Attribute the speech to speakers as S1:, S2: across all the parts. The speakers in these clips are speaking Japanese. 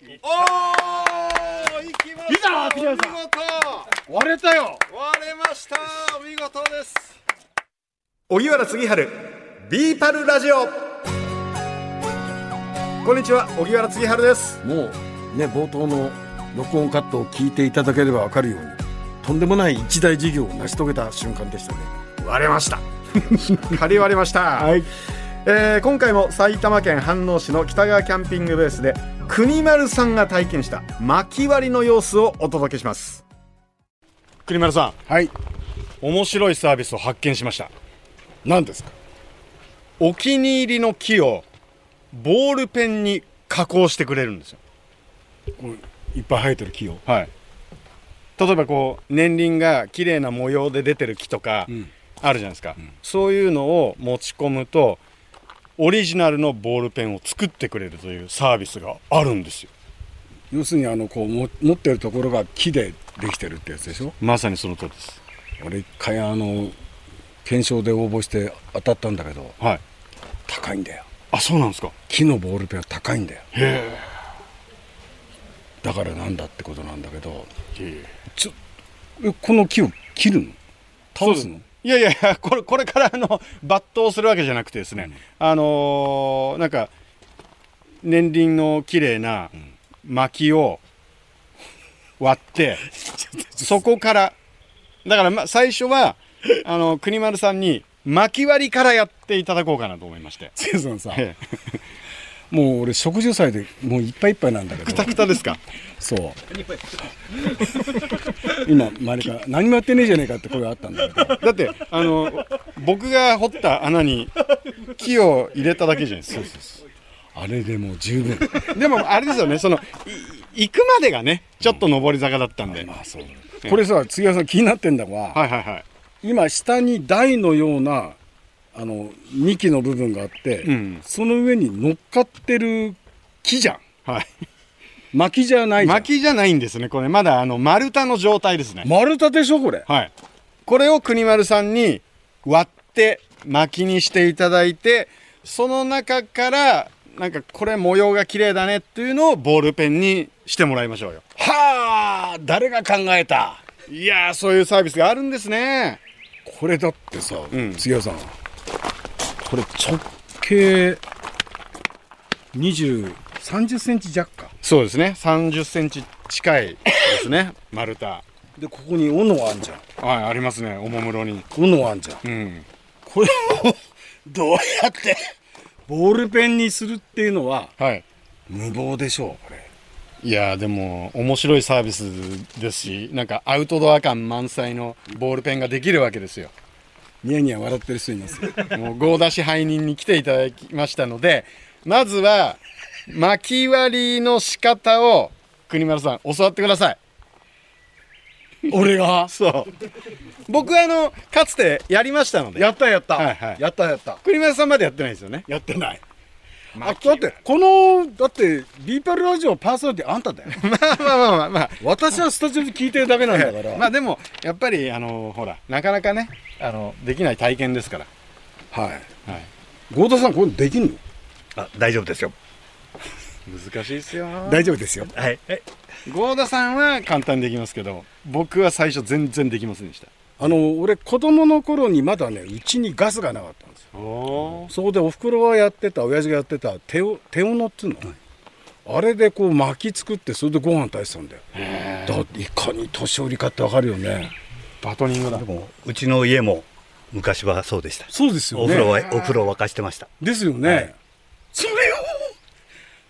S1: に
S2: おーいきまし
S1: いざ
S2: た
S1: 杉浦
S2: お見
S1: さん
S2: 事
S1: 割れたよ
S2: 割れましたお見事です
S3: 荻原杉春ビーパルラジオこんにちは荻原杉春です
S4: もうね冒頭の録音カットを聞いていただければわかるようにとんでもない一大事業を成し遂げた瞬間でしたね
S3: 割れました借り割れました、
S1: い
S3: えー今回も埼玉県飯能市の北川キャンピングベースで国丸さんが体験した薪割りの様子をお届けします
S2: 栗丸さん
S4: はい
S2: 面白いサービスを発見しました
S4: 何ですか
S2: お気に入りの木をボールペンに加工してくれるんですよ
S4: いっぱい生えてる木を
S2: はい例えばこう年輪が綺麗な模様で出てる木とか
S4: ん
S2: あるじゃないですか、そういうのを持ち込むとオリジナルのボールペンを作ってくれるというサービスがあるんですよ
S4: 要するにあのこうも持ってるところが木でできてるってやつでしょ
S2: まさにその通りです
S4: 俺一回あの検証で応募して当たったんだけど
S2: はい
S4: 高いんだよ
S2: あそうなんですか
S4: 木のボールペンは高いんだよだからなんだってことなんだけどちょえこの木を切るの倒すの
S2: いやいやいやこれこれからあの抜刀するわけじゃなくてですね、あのーなんか年輪の綺麗な薪を割って、そこからだから、ま、最初はあの国丸さんに薪割りからやっていただこうかなと思いまして
S4: 剛さんさ
S2: ええ
S4: もう俺食樹祭でもういっぱいいっぱいなんだけ
S2: くた
S4: ど
S2: くたですか
S4: そう今周りから何もやってねえじゃねえかって声があったんだけど
S2: だってあの僕が掘った穴に木を入れただけじゃないですか
S4: あれでもう十分
S2: でもあれですよねそのい行くまでがねちょっと上り坂だったんで、
S4: まあそうこれさ杉原さん気になってんだが、
S2: はいはいはい
S4: 今下に台のようなあの幹の部分があって、
S2: うん
S4: その上に乗っかってる木じゃん
S2: はい
S4: 薪じゃないじゃん
S2: 薪じゃないんですねこれまだあの丸太の状態ですね、
S4: 丸太でしょこれ
S2: はいこれを国丸さんに割って薪にしていただいてその中からなんかこれ模様が綺麗だねっていうのをボールペンにしてもらいましょうよ
S4: はあ誰が考えた
S2: いやーそういうサービスがあるんですね
S4: これだってさ、
S2: ん
S4: 杉谷さんこれ直径2 0 3 0ンチ弱か
S2: そうですね3 0ンチ近いですね 丸太はい
S4: でここに斧あんじゃん
S2: ありますねおもむろに
S4: 斧あんじゃ
S2: う
S4: ん
S2: ん
S4: これをどうやってボールペンにするっていうのは
S2: はい
S4: 無謀でしょうこれ
S2: いやーでも面白いサービスですしなんかアウトドア感満載のボールペンができるわけです よ
S4: ニヤニヤ笑ってる人いますよ
S2: もう合出し背任に来ていただきましたのでまずは巻き割りの仕方を国丸さん教わってくだ さい
S4: 俺が
S2: そう僕あのかつてやりましたので
S4: やったやった、
S2: はいはい
S4: やったやった
S2: 国丸さんまでやってないですよね
S4: やってないあだってこのだってビーパルラジオパーソナリティあんた だよ
S2: まあまあまあまあまあ
S4: 私はスタジオで聞いてるだけなんだ から、
S2: まあでもやっぱりあのほらなかなかねあのできない体験ですから
S4: はい。
S2: はい
S4: 合田さん、これできんの。
S1: あ大丈夫ですよ
S2: 難しいですよ
S4: 大丈夫ですよ。
S1: はいえ
S2: 合田さんは簡単にできますけど僕は最初全然できませんでした
S4: あの、俺、子供の頃に、まだね、うちにガスがなかったんですよ。
S2: お
S4: そこで、お袋がやってた、親父がやってた、手を、手斧っていうの。あれで、こう、薪作って、それでご飯炊いてたんだよ。だって、いかに年寄りかってわかるよね。
S2: バトニングだ
S1: でもうちの家も昔はそうでした
S4: そうです
S1: お風呂は、お風呂を沸かしてました
S4: ですよね。それを。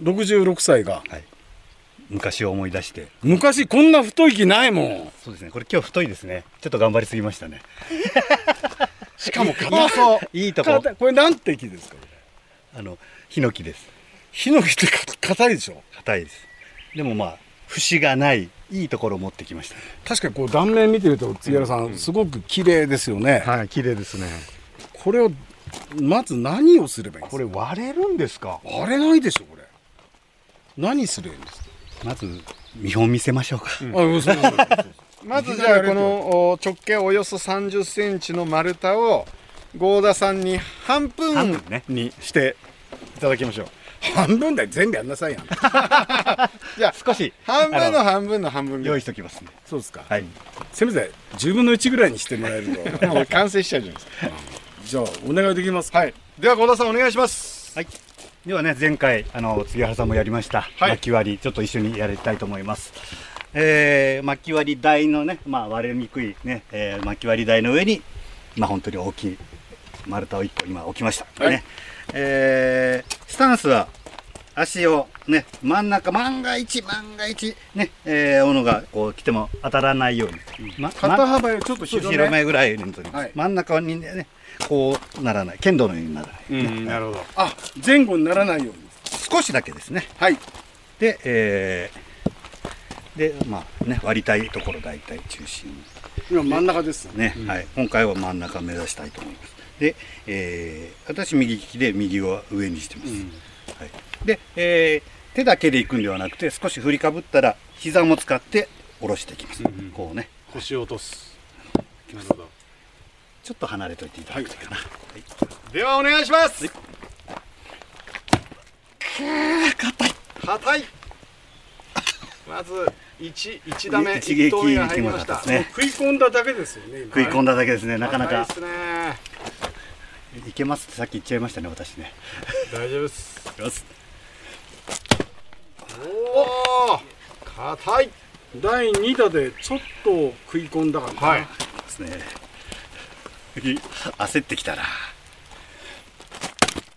S4: 六十六歳が。
S1: はい昔を思い出して
S4: 昔、こんな太い木ないもん。
S1: そうですねこれ今日太いですねちょっと頑張りすぎましたね
S2: しかも硬そう
S1: いいとこ
S4: これ、なんて木ですか。
S1: あのヒノキです
S4: ヒノキってか硬いでしょ
S1: 硬いですでもまあ節がないいいところを持ってきました
S4: 確かにこう断面見てると杉原さん、すごく綺麗ですよね、
S2: はい綺麗ですね
S4: これをまず何をすればいいんです
S2: こ
S4: か
S2: れ割れるんですか
S4: 割れないでしょこれ何すればいいんですか、
S1: まず見本見せましょうか、
S4: あそうそうそう
S2: まずじゃあこのお直径およそ3 0ンチの丸太を合田さんに半
S1: 半
S2: 分
S1: 分ね
S2: にしていただきましょう
S4: 半分だよ全部やんなさいやん
S2: じゃあ
S1: 少し
S2: 半分の
S1: あ
S2: 半分の半分
S1: の
S2: ぐら
S1: 用
S2: い
S1: 意しときますんで
S4: そうですか
S1: はい
S4: せめて10分の1ぐらいにしてもらえると
S2: もう完成しちゃうじゃないですか
S4: じゃあお願いできますか
S2: はいでは小田さんお願いします
S1: はいではね前回あの杉原さんもやりました、
S2: い
S1: 巻き割りちょっと一緒にやりたいと思います、えー、巻き割り台のね、まあ、割れにくいね、えー巻き割り台の上にまあ本当に大きい丸太を一個今置きました、ねえースタンスは足をね真ん中万が一万が一ねえー斧がこう来ても当たらないように、ま
S2: 肩幅よりちょっと
S1: 広
S2: 広
S1: め
S2: め
S1: ぐらいに取ります、
S2: はい
S1: 真ん中にねこうならない剣道のようにならない、
S2: うんなるほど
S4: あ前後にならないように
S1: 少しだけですね
S2: はい
S1: でえーでまあね割りたいところ大体中心
S4: 今真ん中ですよね
S1: ね、はい、今回は真ん中目指したいと思いますで、えー私右利きで右は上にしてます、はい、で、えー手だけでいくんではなくて少し振りかぶったら膝も使って下ろしていきます、こうね
S4: 腰を落とすなるほど
S1: ちょっと離れといていただくといいかな、はい
S2: ではお願いします
S1: 硬い
S2: 硬いまず一一打目
S1: 一撃
S2: 一投目が入りまし
S1: で
S2: た
S1: きなかったですね
S4: 食い込んだだけですよね
S1: 食い込んだだけですねなかな
S2: 硬い
S1: か
S2: っすね
S1: いけますってさっき言っちゃいましたね私ね
S4: 大丈夫です
S2: おお硬い
S4: 第2打でちょっと食い込んだからな
S2: はい
S1: ですね焦ってきたな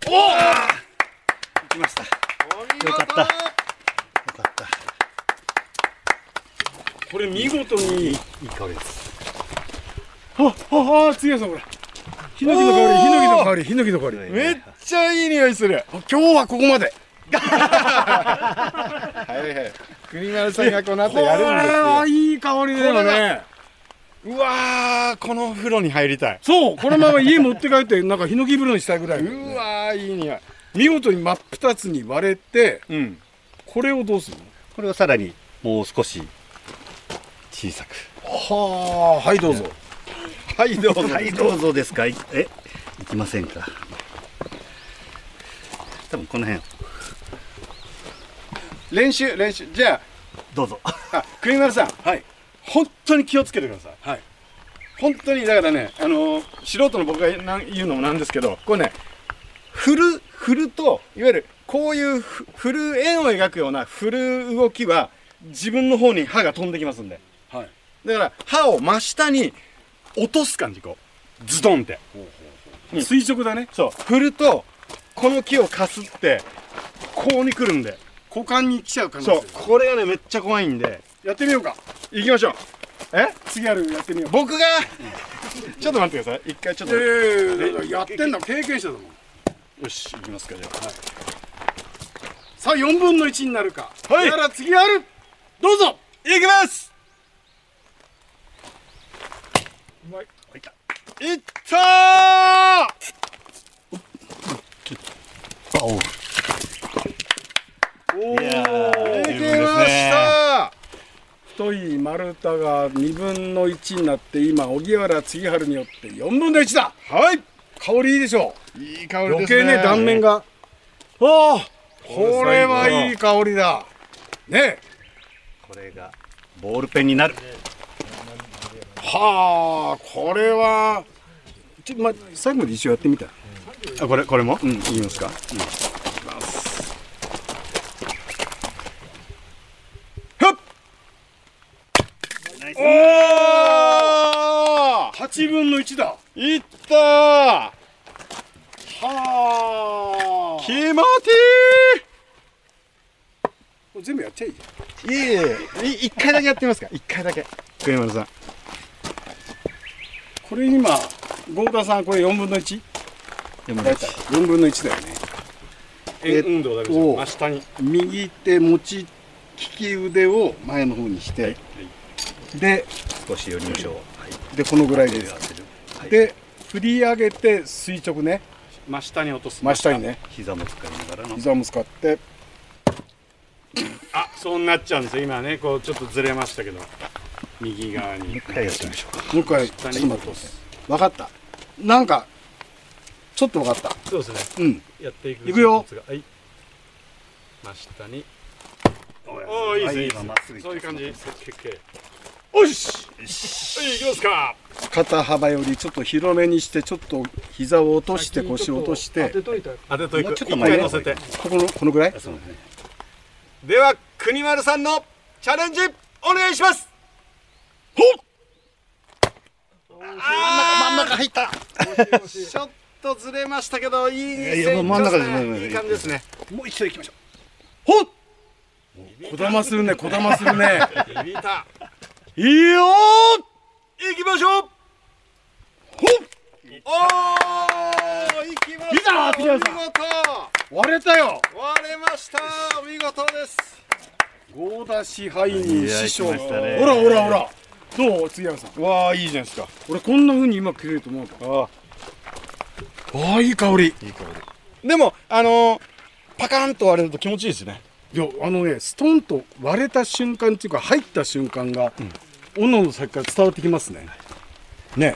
S1: おおきましたよ
S2: お見事
S1: よかったかった
S4: これ見事に
S1: いい香りです
S4: あああ次はさんほらヒノキの香りヒノキの香りヒノキの香り
S2: めっちゃいい匂いする
S4: 今日はここまで
S2: はいはい国丸さんがこの後
S4: これ
S2: やるんですよ
S4: はいい香りだよね
S2: うわーこのお風呂に入りたい
S4: そうこのまま家持って帰ってなんかヒノキ風呂にしたいぐらい、
S2: うわーいい匂い
S4: 見事に真っ二つに割れて
S2: うん
S4: これをどうするの
S1: これをさらにもう少し小さく
S4: はあはいどうぞ
S2: はいどうぞ
S1: はいどうぞですかいえいきませんか多分この辺
S2: 練習練習じゃ
S1: どうぞ
S2: ああ国丸さん
S4: はい
S2: 本当に気をつけてください
S4: はい
S2: 本当にだからねあのー素人の僕がなん言うのもなんですけどこれね振る振るといわゆるこういうふ振る円を描くような振る動きは自分の方に歯が飛んできますんで
S4: はい
S2: だから歯を真下に落とす感じこうズドンって
S4: 垂直だね
S2: そう振るとこの木をかすってこうに来るんで
S4: 股間に来ちゃう感じ
S2: そうこれがねめっちゃ怖いんで
S4: やってみようか
S2: 行きましょうえ
S4: 次やるやってみよ
S2: 僕がちょっと待ってください一回ちょっ
S4: う
S2: と
S4: えやってんだ経験者だもん
S2: よし行きますかじゃあ
S4: さあ4分の1になるか
S2: はい
S4: だから次やるどうぞ
S2: いきます
S4: うまい
S2: いった
S1: おう
S4: お
S1: いやー
S2: ーいき
S1: 十分
S2: ま
S1: です
S2: し
S1: ね
S2: た
S4: 太い丸太が2分の1になって今荻原杉春によって4分の1だ
S2: はい
S4: 香りいいでしょ
S2: いい香
S4: う
S2: りで
S4: 余
S2: すね
S4: 計ね断面が
S2: おーこれはいい香りだ
S4: ね
S1: これがボールペンになる
S4: はあこれはちょま最後まで一応やってみた
S2: あこれこれも、
S4: うんいきますか
S2: おお
S4: 8分の1だ
S2: いったー
S4: はあ
S2: 気持
S4: これ全部やっちゃいい
S2: ちいいいえいえい一回だけやってみますか一回だけ栗丸さん
S4: これ今豪華さんこれ4分の 1?4
S1: でもね
S4: 分の1だよね
S2: 円運動だけ
S4: じゃん
S2: 真下に
S4: 右手持ち利き腕を前の方にして、で
S1: 少し寄りましょうはい
S4: でこのぐらいで
S1: 手を
S4: す
S1: 当てるはい
S4: で振り上げて垂直ね
S2: 真下に落とす
S4: 真下にね
S1: 膝も使いながらの
S4: 膝も使って
S2: あそうなっちゃうんですよ今ねこうちょっとずれましたけど右側に
S1: 一回やってみましょうか
S4: もう一回ちょ
S2: 下
S4: っ
S2: に
S4: と待ってください分かったなんかちょっと分かった
S2: そうですね
S4: うん
S2: やっていく
S4: いくよ
S2: やつがはい真下に
S1: お
S2: おおいいですね
S1: はい
S2: いです
S1: 今まっすぐ行き
S2: そ
S1: ます
S2: ういう感じおしはい行きますか
S4: 肩幅よりちょっと広めにしてちょっと膝を落として腰を落として
S5: 当てといたら
S2: 当てとい
S1: も
S2: く
S1: うちょっと
S2: 一
S1: 前
S2: 回乗せて
S4: ここのこのぐらい
S1: そうね
S2: では国丸さんのチャレンジお願いします
S1: 真ん中入った
S2: ちょっとずれましたけどいい
S1: やいや
S2: 線
S1: 真ん中です
S2: そうすね
S1: 真ん中です
S2: いい感じですね
S1: もう一度行きましょ
S4: こだまするねこだまするね
S2: ビビタ
S4: いいよ
S2: 行きましょうおおー行きまし
S4: ビ
S2: た
S4: ター
S2: お見
S4: ピ
S2: 事
S4: ザさー 割れたよ
S2: 割れましたお見事です
S4: ゴーダ支配人師匠
S1: いや来ましたね
S4: ほらほらほらどう杉山さん
S2: わあいいじゃないですか
S4: 俺こんな風に今切れると思うか
S2: あ
S4: ああいい香り
S2: でもあのーパカンと割れると気持ちいいですね
S4: いやあのねストンと割れた瞬間っていうか入った瞬間が、斧の先から伝わってきますねね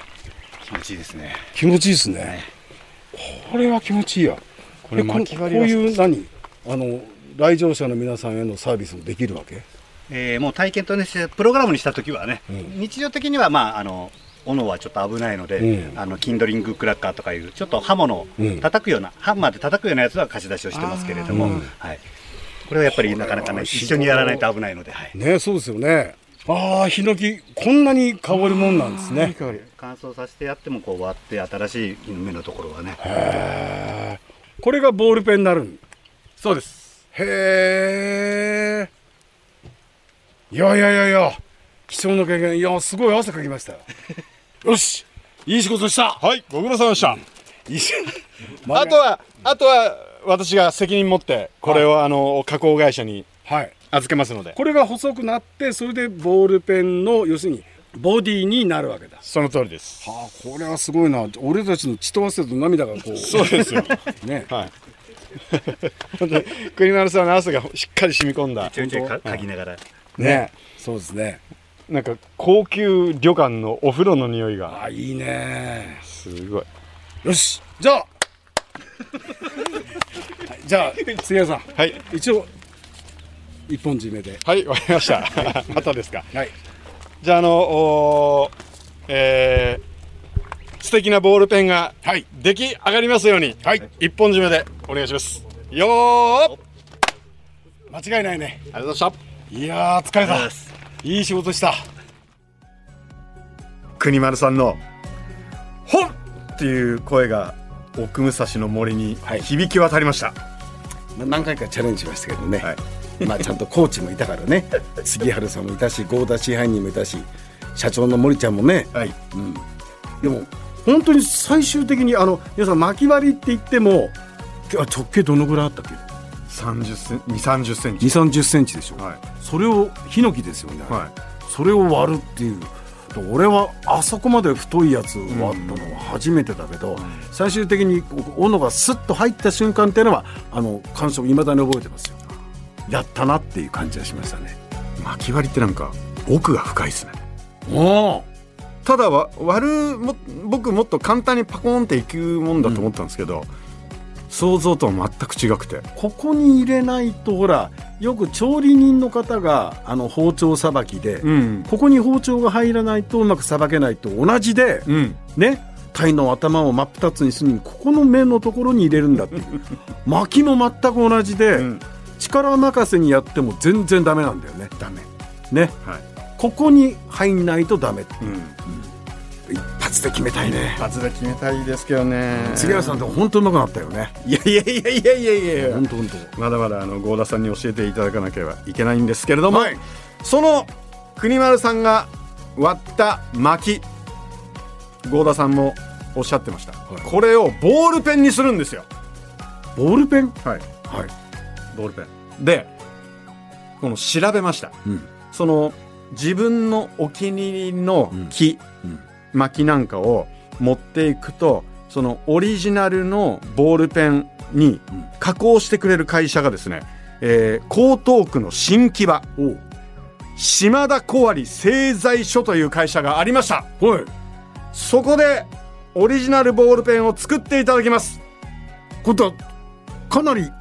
S1: う気持ちいいですね
S4: 気持ちいいですね、これは気持ちいいやこ
S2: れ
S4: えこの
S2: 巻き割り
S4: こ
S2: は
S4: ういう何あの来場者の皆さんへのサービスもできるわけ
S1: えーもう体験とねしてプログラムにした時はね、日常的にはまああの斧はちょっと危ないので、
S4: うん
S1: あのキンドリングクラッカーとかいうちょっと刃物を
S4: うん
S1: 叩くような、ハンマーで叩くようなやつは貸し出しをしてますけれども、はい、これはやっぱりなかなかね一緒にやらないと危ないので、はい、
S4: ねそうですよねああヒノキこんなに香るもんなんですね
S1: 乾燥させてやってもこう割って新しい目のところはね
S4: へーこれがボールペンになるん
S2: そうです
S4: へえいやいやいやいや貴重な経験いやすごい汗かきましたよよしいい仕事した
S2: はいご苦労様でした、
S4: いい仕
S2: あとはあとは私が責任持ってこれをあの加工会社に
S4: はい
S2: 預けますので
S4: これが細くなってそれでボールペンの要するにボディになるわけだ
S2: その通りです
S4: ああこれはすごいな俺たちの血と汗と涙がこう
S2: そうですよ
S4: ね
S2: はい本当に国丸さんの汗がしっかり染み込んだ
S1: ちょいちょいか嗅ぎながら
S4: ねそうですね
S2: なんか高級旅館のお風呂の匂いが
S4: ああいいね
S2: すごい
S4: よしじゃあはいじゃあ杉谷さん
S2: はい
S4: 一応一本締めで
S2: はいわかりました またですか
S4: はい
S2: じゃああのおーえー素敵なボールペンが
S4: はい
S2: 出来上がりますように、
S4: はい
S2: 一本締めでお願いしますよーっ
S4: 間違いないね
S2: ありがとうございました
S4: いやー疲れたいい仕事した
S3: 国丸さんの「ほっ!」っていう声が奥武蔵の森に
S4: はい
S3: 響き渡りました、
S4: ま何回かチャレンジしましたけどね、
S3: はい
S4: まあちゃんとコーチもいたからね杉原さんもいたし合田支配人もいたし社長の森ちゃんもね
S3: はい
S4: でも本当に最終的にあの皆さん巻き割りって言ってもあ直径どのぐらいあったっけ
S3: 30セン2 3 0センチ
S4: 2 3 0センチでしょ、
S3: はい
S4: それをヒノキですよね、
S3: は
S4: それを割るっていう俺はあそこまで太いやつを割ったのは初めてだけど、最終的に斧がスッと入った瞬間っていうのはあの感触いまだに覚えてますよやったなっていう感じがしましたね
S3: い巻き割りってなんか奥が深いですね
S4: おお
S3: ただわ割るも僕もっと簡単にパコーンっていくもんだと思ったんですけど、想像とは全く違くて
S4: ここに入れないとほらよく調理人の方があの包丁さばきで、
S3: うん
S4: ここに包丁が入らないとうまくさばけないと同じで、
S3: うん
S4: ね鯛の頭を真っ二つにするのにここの面のところに入れるんだって いう巻きも全く同じで、
S3: ん
S4: 力任せにやっても全然ダメなんだよね
S3: ダメ
S4: ね
S3: はい、
S4: ここに入んないとダメ
S3: うん、
S4: 一発で決めたいね
S3: 一発で決めたいですけどね
S4: 杉原さんでも本当うまくなったよね
S3: いやいやいやいやいやいやいや
S4: 本当本
S3: まだまだあの郷田さんに教えていただかなければいけないんですけれども、
S4: はい
S3: その国丸さんが割った薪郷田さんもおっしゃってました、
S4: い
S3: これをボールペンにするんですよ
S4: 当ボールペン
S3: は
S4: は
S3: い
S4: い
S3: ボールペンでこの調べました
S4: うん
S3: その自分のお気に入りの木、
S4: うん
S3: 薪なんかを持っていくとそのオリジナルのボールペンに
S4: うん
S3: 加工してくれる会社がですね、えー江東区の新木場島田小割製材所という会社がありました
S4: はい
S3: そこでオリジナルボールペンを作っていただきます
S4: これだかなり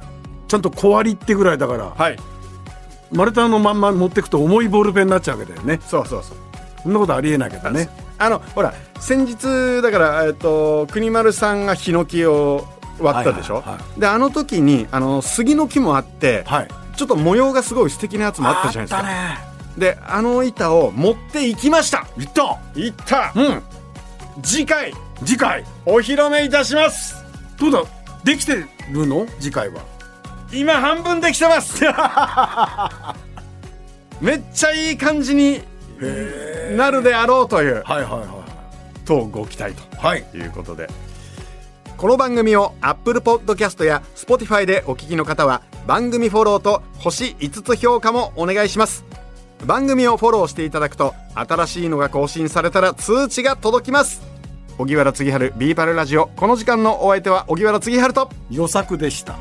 S4: ちゃんと小割りってぐらいだから、
S6: はい
S4: 丸太のまんま持ってくと重いボールペンになっちゃうわけだよね
S2: そうそうそう
S4: そんなことありえないけどね
S2: あのほら先日だから、えっと国丸さんがヒノキを割ったでしょ、
S4: はいはいは
S2: であの時にあの杉の木もあって、
S4: はい
S2: ちょっと模様がすごい素敵なやつもあったじゃないですかであの板を持っていきました
S4: いった
S2: いった
S4: うん
S2: 次回
S4: 次回
S2: お披露目いたします
S4: どうだできてるの次回は
S2: 今半分できてます めっちゃいい感じになるであろうという
S4: はいはいは
S2: とご期待と
S4: はい
S2: いうことで、この番組を Apple Podcast や Spotify でお聞きの方は番組フォローと星5つ評価もお願いします番組をフォローしていただくと新しいのが更新されたら通知が届きます荻原次春ビーパルラジオこの時間のお相手は荻原次春と
S4: い予作でした